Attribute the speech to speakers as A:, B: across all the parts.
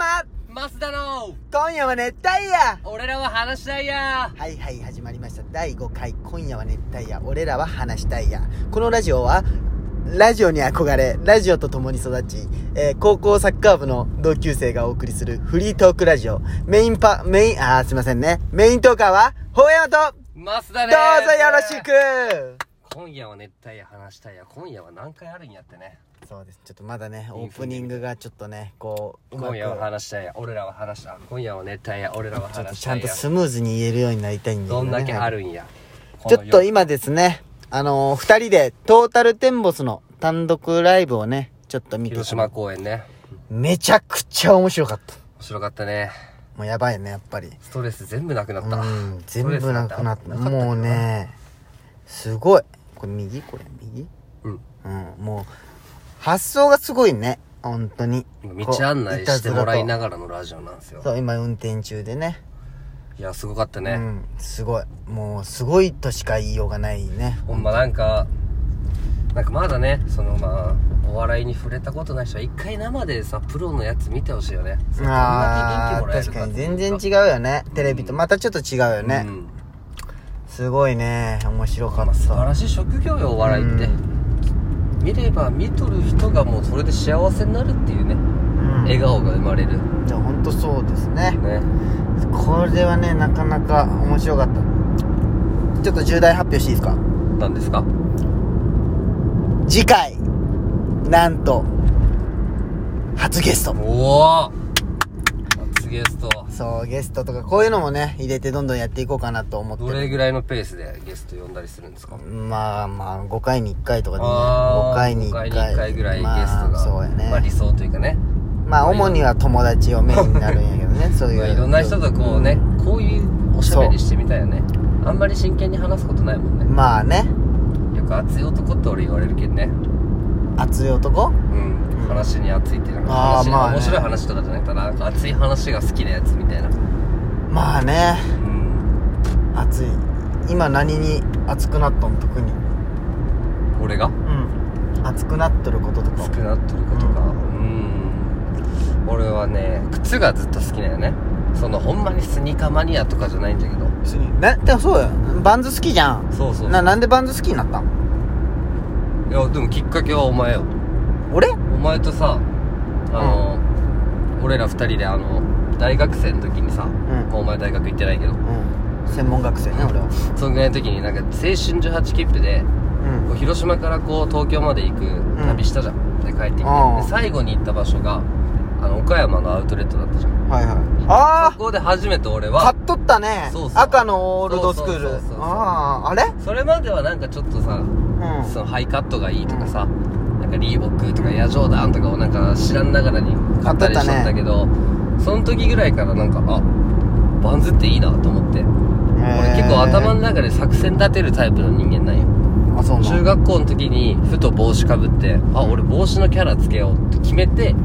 A: マスだろ
B: 今夜は熱帯夜
A: 俺らは話したいや
B: はいはい始まりました第5回「今夜は熱帯夜俺らは話したいや」このラジオはラジオに憧れラジオと共に育ち、えー高校サッカー部の同級生がお送りするフリートークラジオメインパメインあーすいませんねメイントーカーはほうやまと
A: マス
B: ど
A: だ
B: う
A: ね
B: ぞよろしく
A: 今夜は熱帯夜話したいや今夜は何回あるんやってね
B: そうですちょっとまだね
A: イ
B: オ
A: ン
B: ー
A: フィ
B: プ
A: ニティ
B: ニングがちょっとねこううま
A: 今
B: く
A: 夜は話したいや俺らは話した今夜は熱帯夜俺ら
B: ち
A: は
B: ょっと
A: 話し
B: ちゃ
A: た
B: ん
A: い
B: と
A: や
B: スムーズに言えるようになりたいんだよ
A: ど
B: ね
A: んだけあるんや
B: ちょっと
A: 今
B: 今ですね、あのー、2人でトータルテンボスの単独ライブをね、ちょっと見て
A: 広島公演ね
B: めちゃくちゃ面白かった。
A: 面白かったね
B: もうやばいね、やっぱり。
A: ストレス全部なくな
B: う
A: った
B: ん、全部なくなっ
A: スト
B: た。
A: レスなんて
B: もうね、すごい。これ右これ右
A: うん
B: うん、もう、発想がすごいね、本当に。
A: 道案内してもらいな
B: が
A: がらのラジオなんですよ
B: そう、今運転中でね。
A: いやすごかった
B: う
A: ね、
B: ん、すごい。もう、すごいとしか言いようがないね。
A: ほんまなんかなんかまだねそのまあお笑いに触れたことない人は一回生でさプロのやつ見てほしいよねそれどんだけ
B: あ
A: 元気
B: ー
A: もらえる
B: 確
A: か
B: か
A: って
B: に
A: いう
B: 全然違うよねテレビとまたちょっと違うよね、
A: うん
B: すごいね面白か
A: まあ、
B: っ
A: 素晴
B: た
A: らしい職業よお笑いって、
B: う
A: 見れば見とる人がもうそれで幸せになるっていうね笑
B: うん
A: 顔が生まれるね
B: じゃあ本当そうですねこれはねなかなか面白かったちょっと重大発表していいですか
A: なんですか
B: 次回なんと初ゲスト
A: おお初ゲスト
B: そうゲストとかこういうのもね入れてどんどんやっていこうかなと思って
A: どれ
B: る
A: ぐらいのペースでゲスト呼んだりするんですか
B: まあまあ5回に1回とかでね
A: あ
B: 5
A: あ
B: 回に1回
A: 5回に1回ぐらいゲストが、
B: まあ、そうやね、
A: まあ理想というかね、
B: まあ主には友達をメインになるんやけど ねそういう、
A: まあ、いろんな人とこうねこういうおしゃべりしてみたいよねあんまり真剣に話すことないもんね
B: まあね
A: よく熱い男って俺言われるけどね
B: 熱い男
A: うん、話に熱いってなんか
B: あー
A: 話に、
B: まあね
A: 面白い話とかじゃなくてなんか熱い話が好きなやつみたいな、う
B: まあね
A: ん、
B: 熱い今何に熱くなっとん特に
A: 俺が
B: うん熱くなっとることと
A: 好
B: か
A: きなっとることかうん俺はね靴がずっと好きなよねそのほんまにスニーカーマニアとかじゃないんだけど
B: 別にねでもそうよバンズ好きじゃん
A: そうそうい
B: な
A: や
B: なんでバンズ好きになったん
A: でもきっかけはお前よ
B: 俺
A: お前とさあの、俺ら二人であの大学生の時にさ、
B: ん
A: お前大学行ってないけど
B: うん専門学生ね俺は
A: そんぐらいの時になんか青春18切符で
B: うん
A: こう広島からこう東京まで行く旅したじゃん、で帰ってきてで
B: ああ
A: 最後に行った場所があの岡山のアウトレットだったじゃん
B: はいはいあ
A: そこで初めて俺
B: あ買
A: は
B: っとったね
A: そうそう
B: 赤のオールドスクール
A: そうそうそうそう
B: あああれ
A: それまではなんかちょっとさ、
B: うん
A: そのハイカットがいいとかさなんかリーボックとかヤジョーダンとかをなんか知らんながらに買ったりしとったけどその時ぐらいからなんかあバンズっていいなと思って俺結構頭の中で作戦立てるタイプの人間なんよ
B: のあそうな
A: 中
B: の
A: 学校の時にふと帽子かぶってあ俺帽子のキャラつけようって決めて
B: うん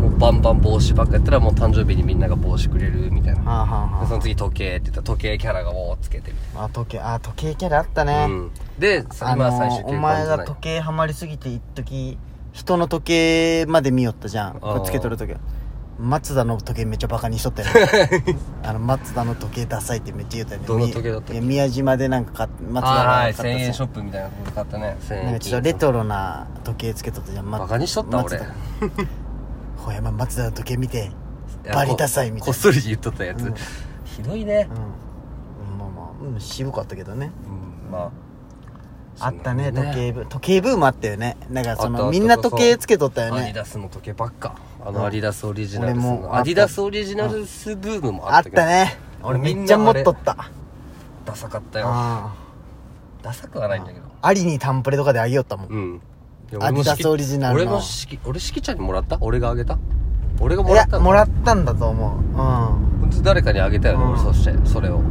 A: もうバンバン帽子ばっかやったらもう誕生日にみんなが帽子くれるみたいな
B: はあはあはあ
A: でその次時計って言ったら時計キャラがおーつけてみ
B: あ時計あ時計キャラあった
A: た
B: ね、
A: いな、うん、でさ
B: あ
A: 今
B: の
A: 最終
B: お
A: 形
B: 前
A: じゃ
B: が
A: ない
B: 時計ハマりすぎて一時人の時計まで見よったじゃんこれつけとる時松田の時計めっちゃバカにしとったよ、 ね、あの松田の時計ダサいってめっちゃ言うたよね
A: どの時計だったっけ
B: いや宮島でなんか買って松田
A: あ
B: が
A: ーは
B: 買
A: い
B: った
A: 1000円ショ
B: ッ
A: ップみたいなとこで買ったね1000
B: なん
A: 円
B: かちょっとレトロな時計つけとったじゃん、ま、
A: バカにしとった俺
B: 松田ほやま松田の時計見てバリダサいみたいな
A: こっそり言っとったやつ、
B: うん
A: ひどいね
B: う、んまあまあ、うん、渋かったけどね
A: うん、まあ
B: あったね
A: そんな
B: 時
A: もん
B: 計ブ時計ブームあったよねなんかそ
A: あったあ
B: の
A: っ
B: み
A: た
B: んな時計つけとったよ
A: アディ
B: ね
A: ダスの時計ばっかあ
B: うん
A: のアディダスオリジナルス
B: 俺も
A: の
B: あった
A: アディダスオリジナルスブームも
B: あ
A: あ
B: っ
A: ったけど
B: たね俺めっちゃ持っとった
A: ダサかったよ
B: あ
A: ダサくはないんだけど
B: ありにタンプレとかであげよったもん
A: うんいや
B: アディダスオ
A: 俺もしき
B: リジナルの
A: 俺もしき俺しきちゃんにもらった俺があげた俺が
B: い
A: もら
B: や
A: った
B: もら
A: っ
B: ったんだと思う
A: 誰かにあげたよね、
B: うん
A: 俺そしてそれ
B: う
A: を
B: ん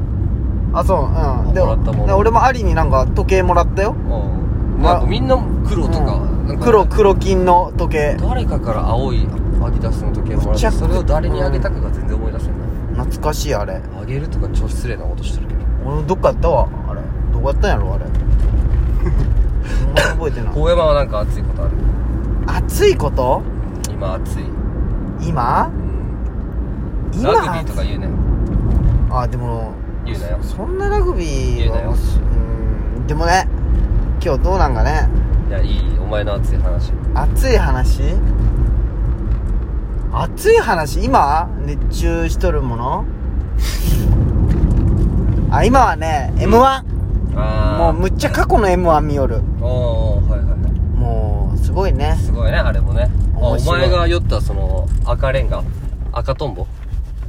B: あそううんで
A: もらったもん
B: で俺もありになんか時計もらったよ
A: うんなんかみんな黒とか,、
B: うん
A: なんか
B: 黒黒金の時計
A: 誰かから青いアディダスの時計も
B: む
A: らっ
B: ちゃくち
A: て
B: ゃ
A: それを誰にあげたかが全然思い出せない、
B: 懐かしいあれ
A: あげるとか超失礼なことしてるけど
B: 俺どっかやったわあれどこやったんやろあれお前覚え てない
A: 大山はなんか熱いことある
B: 熱いこと
A: 今熱い、
B: 今
A: うん、
B: 今
A: ラグビーとか言うね
B: あでも
A: 言うなよ
B: そんなラグビー
A: 言うなよ
B: うんでもね今日どうなんかね
A: いやいいお前の熱い話
B: 熱い話熱い話今熱中しとるものあ今はね m 1、も
A: あ
B: うむっちゃ過去の m 1見よる
A: あおーはいはいはい
B: もうすごいね
A: すごいねあれもねあお
B: 面白い
A: 前が酔ったその赤レンガ赤トンボ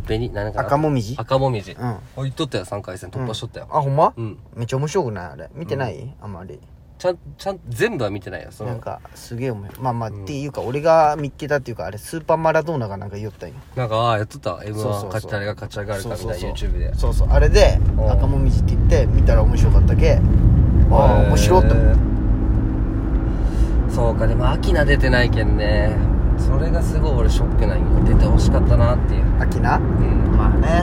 A: 紅何かな
B: 赤もみじ
A: 赤もみじ
B: うん
A: おいっとったよ3回戦突破しとったよ
B: あほんま、
A: うん
B: めっちゃ面白くないあれ見てない、あんまり
A: ちゃんちゃん全部は見てないよそ
B: なん
A: の
B: かすげえお前まあまあ、
A: うん
B: っていうか俺が見っけたっていうかあれスーパーマラドーナがなんか言おったんよ
A: なんかああやっとった
B: そうそう
A: M1
B: そう
A: 勝ち誰が勝ち上がるかみたい
B: そう
A: な
B: そうそう
A: YouTube で
B: そうそうあれで
A: うん
B: 赤もみじって言って見たら面白かったけああ
A: へー
B: 面白いって思っ
A: そうかでも秋名出てないけんねそれがすごい俺ショックなんよ出てほしかったなっていう
B: た秋な
A: うん
B: まあね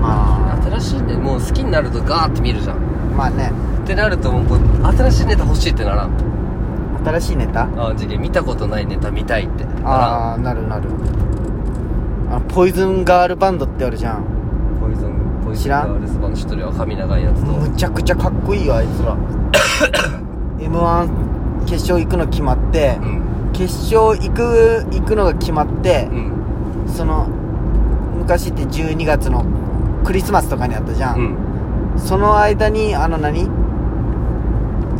B: ま
A: 新しいねもう好きになるとガーって見るじゃ
B: あ
A: ん
B: まあね
A: ってなるともうこう新しいネタ欲しいってならん
B: 新しいネタ
A: ああ事件見たことないネタ見たいってな
B: ああなるなるあのポイズンガールバンドってあるじゃん
A: らんポイズンポイズ
B: 知
A: ン
B: ら
A: ガ
B: ん
A: ールズバンド知っとるよ髪長いやつと
B: むちゃくちゃかっこいいよあいつ ら m 1決勝行くの決まって、
A: うん
B: 決勝行く行くのが決まって
A: う、ん
B: その昔って12月のクリスマスとかにあったじゃ、
A: うんん
B: その間にあの何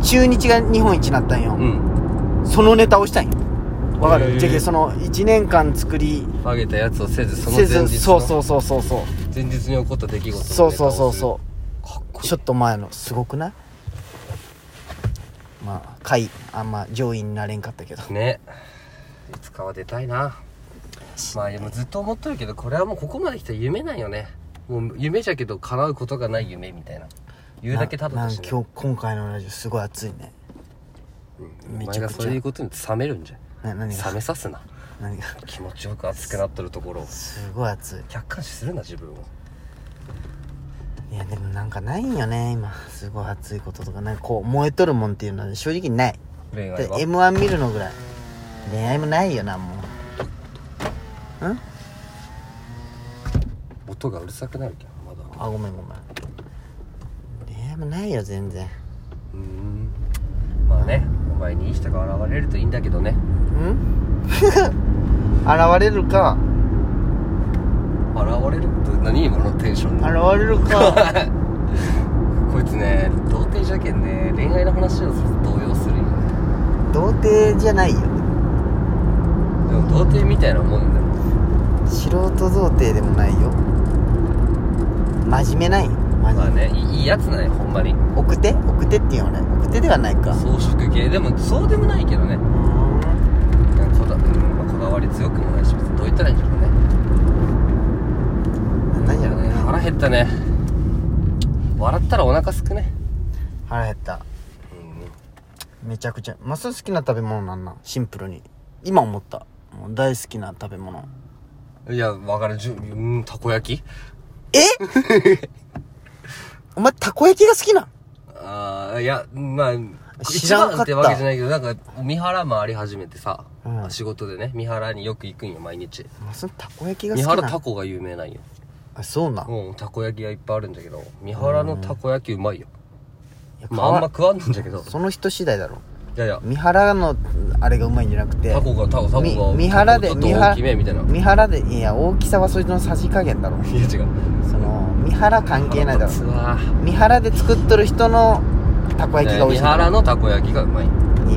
B: 中日が日本一になったんよ、
A: うん
B: そのネタをしたんよわか
A: へ
B: る
A: ー
B: じゃけその1年間作り
A: 上げたやつをせずその
B: せ
A: 前
B: ず
A: 日
B: そう
A: の
B: そうそうそうそう
A: 前日に起こった出来事のネタをする
B: そうそうそうそ
A: かっこ
B: う
A: いい
B: ちょっと前のすごくないまあ回あんま上位になれんかったけど
A: ねいつかは出たいなまあでもずっと思っとるけどこれはもうここまで来たら夢なんよねもう夢じゃけど叶うことがない夢みたいな言うだけただ
B: なな
A: だ
B: ん
A: し、
B: か
A: ね、
B: 今日今回のラジオすごい熱いね
A: お
B: め
A: 前
B: ちゃ
A: が
B: くちゃ
A: そういうことに冷めるんじゃ
B: な何
A: 冷
B: が
A: めさすな
B: 何が
A: 気持ちよく熱くなっとるところを
B: すごい熱い
A: 客観視するな自分を
B: いやでもなんかないんよね今すごい熱いこととかなんかこう燃えとるもんっていうのは正直ない
A: 恋愛
B: で
A: は
B: m 1見るのぐらい恋愛もないよなもううん
A: 音がうるさくなるけどまだ
B: あごめんごめん恋愛もないよ全然
A: うーんまあねお前にいい人が現れるといいんだけどね
B: うん 現れるか
A: 現れると何今のテンション
B: 現れる か
A: こいつね童貞じゃけんね恋愛の話をすると動揺するよね
B: 童貞じゃないよ
A: でも童貞みたいなもんだよ
B: 素人童貞でもないよ真面目ないよ真
A: まあ
B: 面目
A: ねいいいやつなんよほんまに
B: 奥手奥手っていうのね奥手ではないか
A: 草食系でもそうでもないけどね
B: うーん
A: なんかこだ,、うんまあ、こだわり強くもないし別にどう言ったらいいんだろうね
B: 何やろね
A: 腹減ったね笑ったらお腹すくね
B: 腹減った
A: うん
B: めちゃくちゃマス好きな食べ物なんなんシンプルに今思ったもう大好きな食べ物
A: いやわかるじゅうんたこ焼き
B: え お前たこ焼きが好きなん
A: ああいやまあ
B: 知らんかった
A: 一番ってわけじゃないけどなんか三原回り始めてさ、
B: うん
A: 仕事でね三原によく行くんよ毎日
B: マスたこ焼きが好
A: 三
B: きなん
A: 原タコが有名なんよ
B: あそうなん
A: うんたこ焼きがいっぱいあるんだけど三原のたこ焼きうまいよ
B: いや
A: まああんま
B: 皮
A: 食わんのんだけど
B: その人次第だろ
A: いやいや
B: 三原のあれがうまいんじゃなくて
A: タコがタコタコが
B: み三原で
A: タコちょっと大きめみたいないや
B: 三原でいや大きさはそいつのさじ加減だろ
A: 違う
B: その三原関係ないだろ
A: うわ
B: 三原で作っとる人のたこ
A: 三
B: 焼きが美味しいんだろ
A: 原のたこ焼きがうまい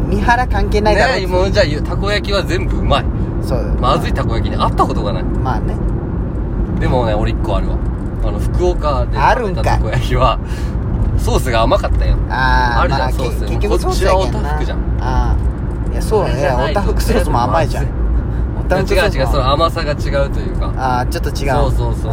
B: 三原関係ないだろ
A: ねえもうじゃあ言うたこ焼きは全部うまい
B: そうだよ
A: まずいたこ焼きに会ったことがない
B: まあね
A: でもね俺一個あるわあの福岡で
B: ある
A: 食べ
B: ん
A: た
B: かい
A: たこ焼きはソースが甘かったよ
B: あー
A: あるじゃん
B: まけ
A: ソース
B: 結局
A: こっち
B: ソースや
A: は
B: けんな
A: オタフクじゃん
B: ああいやそう
A: あれじゃな
B: ね
A: い
B: オタフクソースも甘いじゃん
A: ま
B: オ
A: 違う
B: タフクソース
A: 違うその
B: あ
A: 甘さが違うというか
B: あーちょっと違う
A: そうそうそうそ
B: う
A: う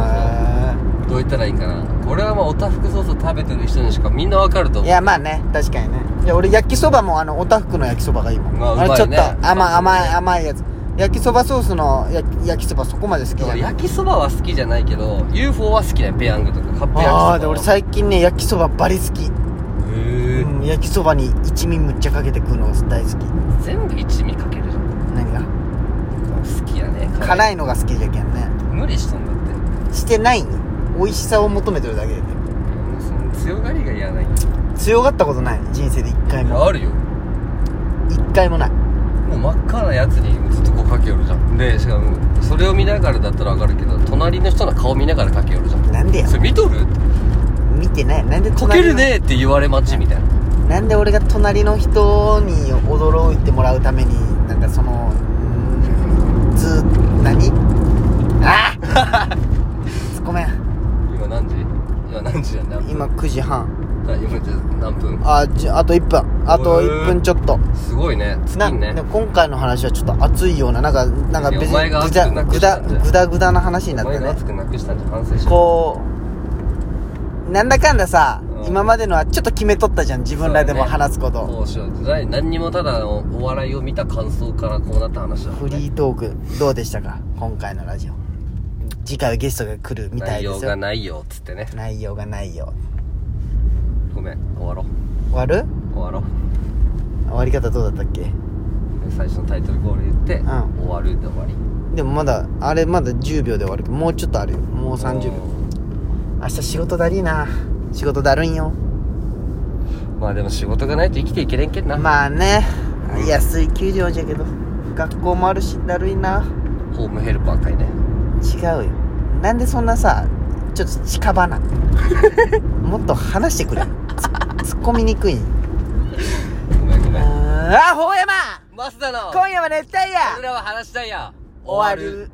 A: どう言ったらいいんかなこれはまあオタフクソースを食べてる人にしかみんなわかる
B: い
A: と思う
B: やまあね確かにねいや俺焼きそばもあのオタフクの焼きそばがいいもん、
A: まあうまい
B: れ
A: ね
B: ちょっと甘
A: まあ
B: 甘い甘いやつ焼きそばソースの焼き焼きそばそこまで好きじゃない
A: 焼きそばは好きじゃないけど UFO は好きだよペヤングとかカップ焼きそば
B: ああで俺最近ね焼きそばバリ好き、
A: へえ
B: うん、焼きそばに一味むっちゃかけて食うのが大好き
A: 全部一味かけるじゃん
B: 何が
A: 好きやね
B: 辛いのが好きじゃけんね
A: い無理したんだって
B: してないの美味しさを求めてるだけでね
A: もうその強がりが嫌ない
B: 強がったことない人生で一回も
A: あるよ
B: 一回もない
A: もう真っ赤なやつにずっとこうかけよるじゃんでしかもそれを見ながらだったら分かるけど隣の人の顔見ながらかけよるじゃん
B: なんでよ
A: それ見とる
B: 見てないなんで
A: こ
B: 隣
A: け
B: の
A: るねって言われ待ちみたいな
B: なんで俺が隣の人に驚いてもらうためになんかそのうーんず何あーごめん
A: 今何時今何時やね
B: 今9時半
A: 今じゃあ何分
B: あじゃあと1分あと1分ちょっと
A: すごいね
B: な
A: 月にね
B: でも今回の話はちょっと熱いようななんかなんか
A: いや
B: 別
A: お前が
B: にぐ
A: 熱くな
B: だ
A: く
B: ぐ
A: した
B: だ
A: んだよ
B: ぐだぐだな話にな
A: お
B: った
A: 前が
B: ね
A: 熱くなくしたんじゃ反省して
B: こうなんだかんださ、
A: うん
B: 今までのはちょっと決めとったじゃん自分らでも話すこと、
A: そうしようじゃあ何にもただおお笑いを見た感想からこうなった話だもん
B: フ
A: ね
B: リートークどうでしたか今回のラジオ次回はゲストが来るみたい
A: 内
B: で
A: 容
B: す
A: が
B: よ
A: ないよっつってね
B: 内容がないよ
A: ごめん終わろう
B: 終わる
A: 終わろう
B: 終わり方どうだったっけ
A: 最初のタイトルコール言って、
B: ん
A: 終わるで終わり
B: でもまだあれまだ10秒で終わるけどもうちょっとあるよもう30秒明日仕事だりーな仕事だるんよ
A: まあでも仕事がないと生きていけれんけんな、
B: まあね安い給料じゃけど学校もあるしだるいな
A: ホームヘルパー会ね
B: 違うよなんでそんなさちょっと近場な もっと話してく れツッコみにくい
A: ごめんごめん
B: あーアホ山
A: マスダの
B: 今夜は熱帯夜
A: 俺らは話したいや
B: 終わる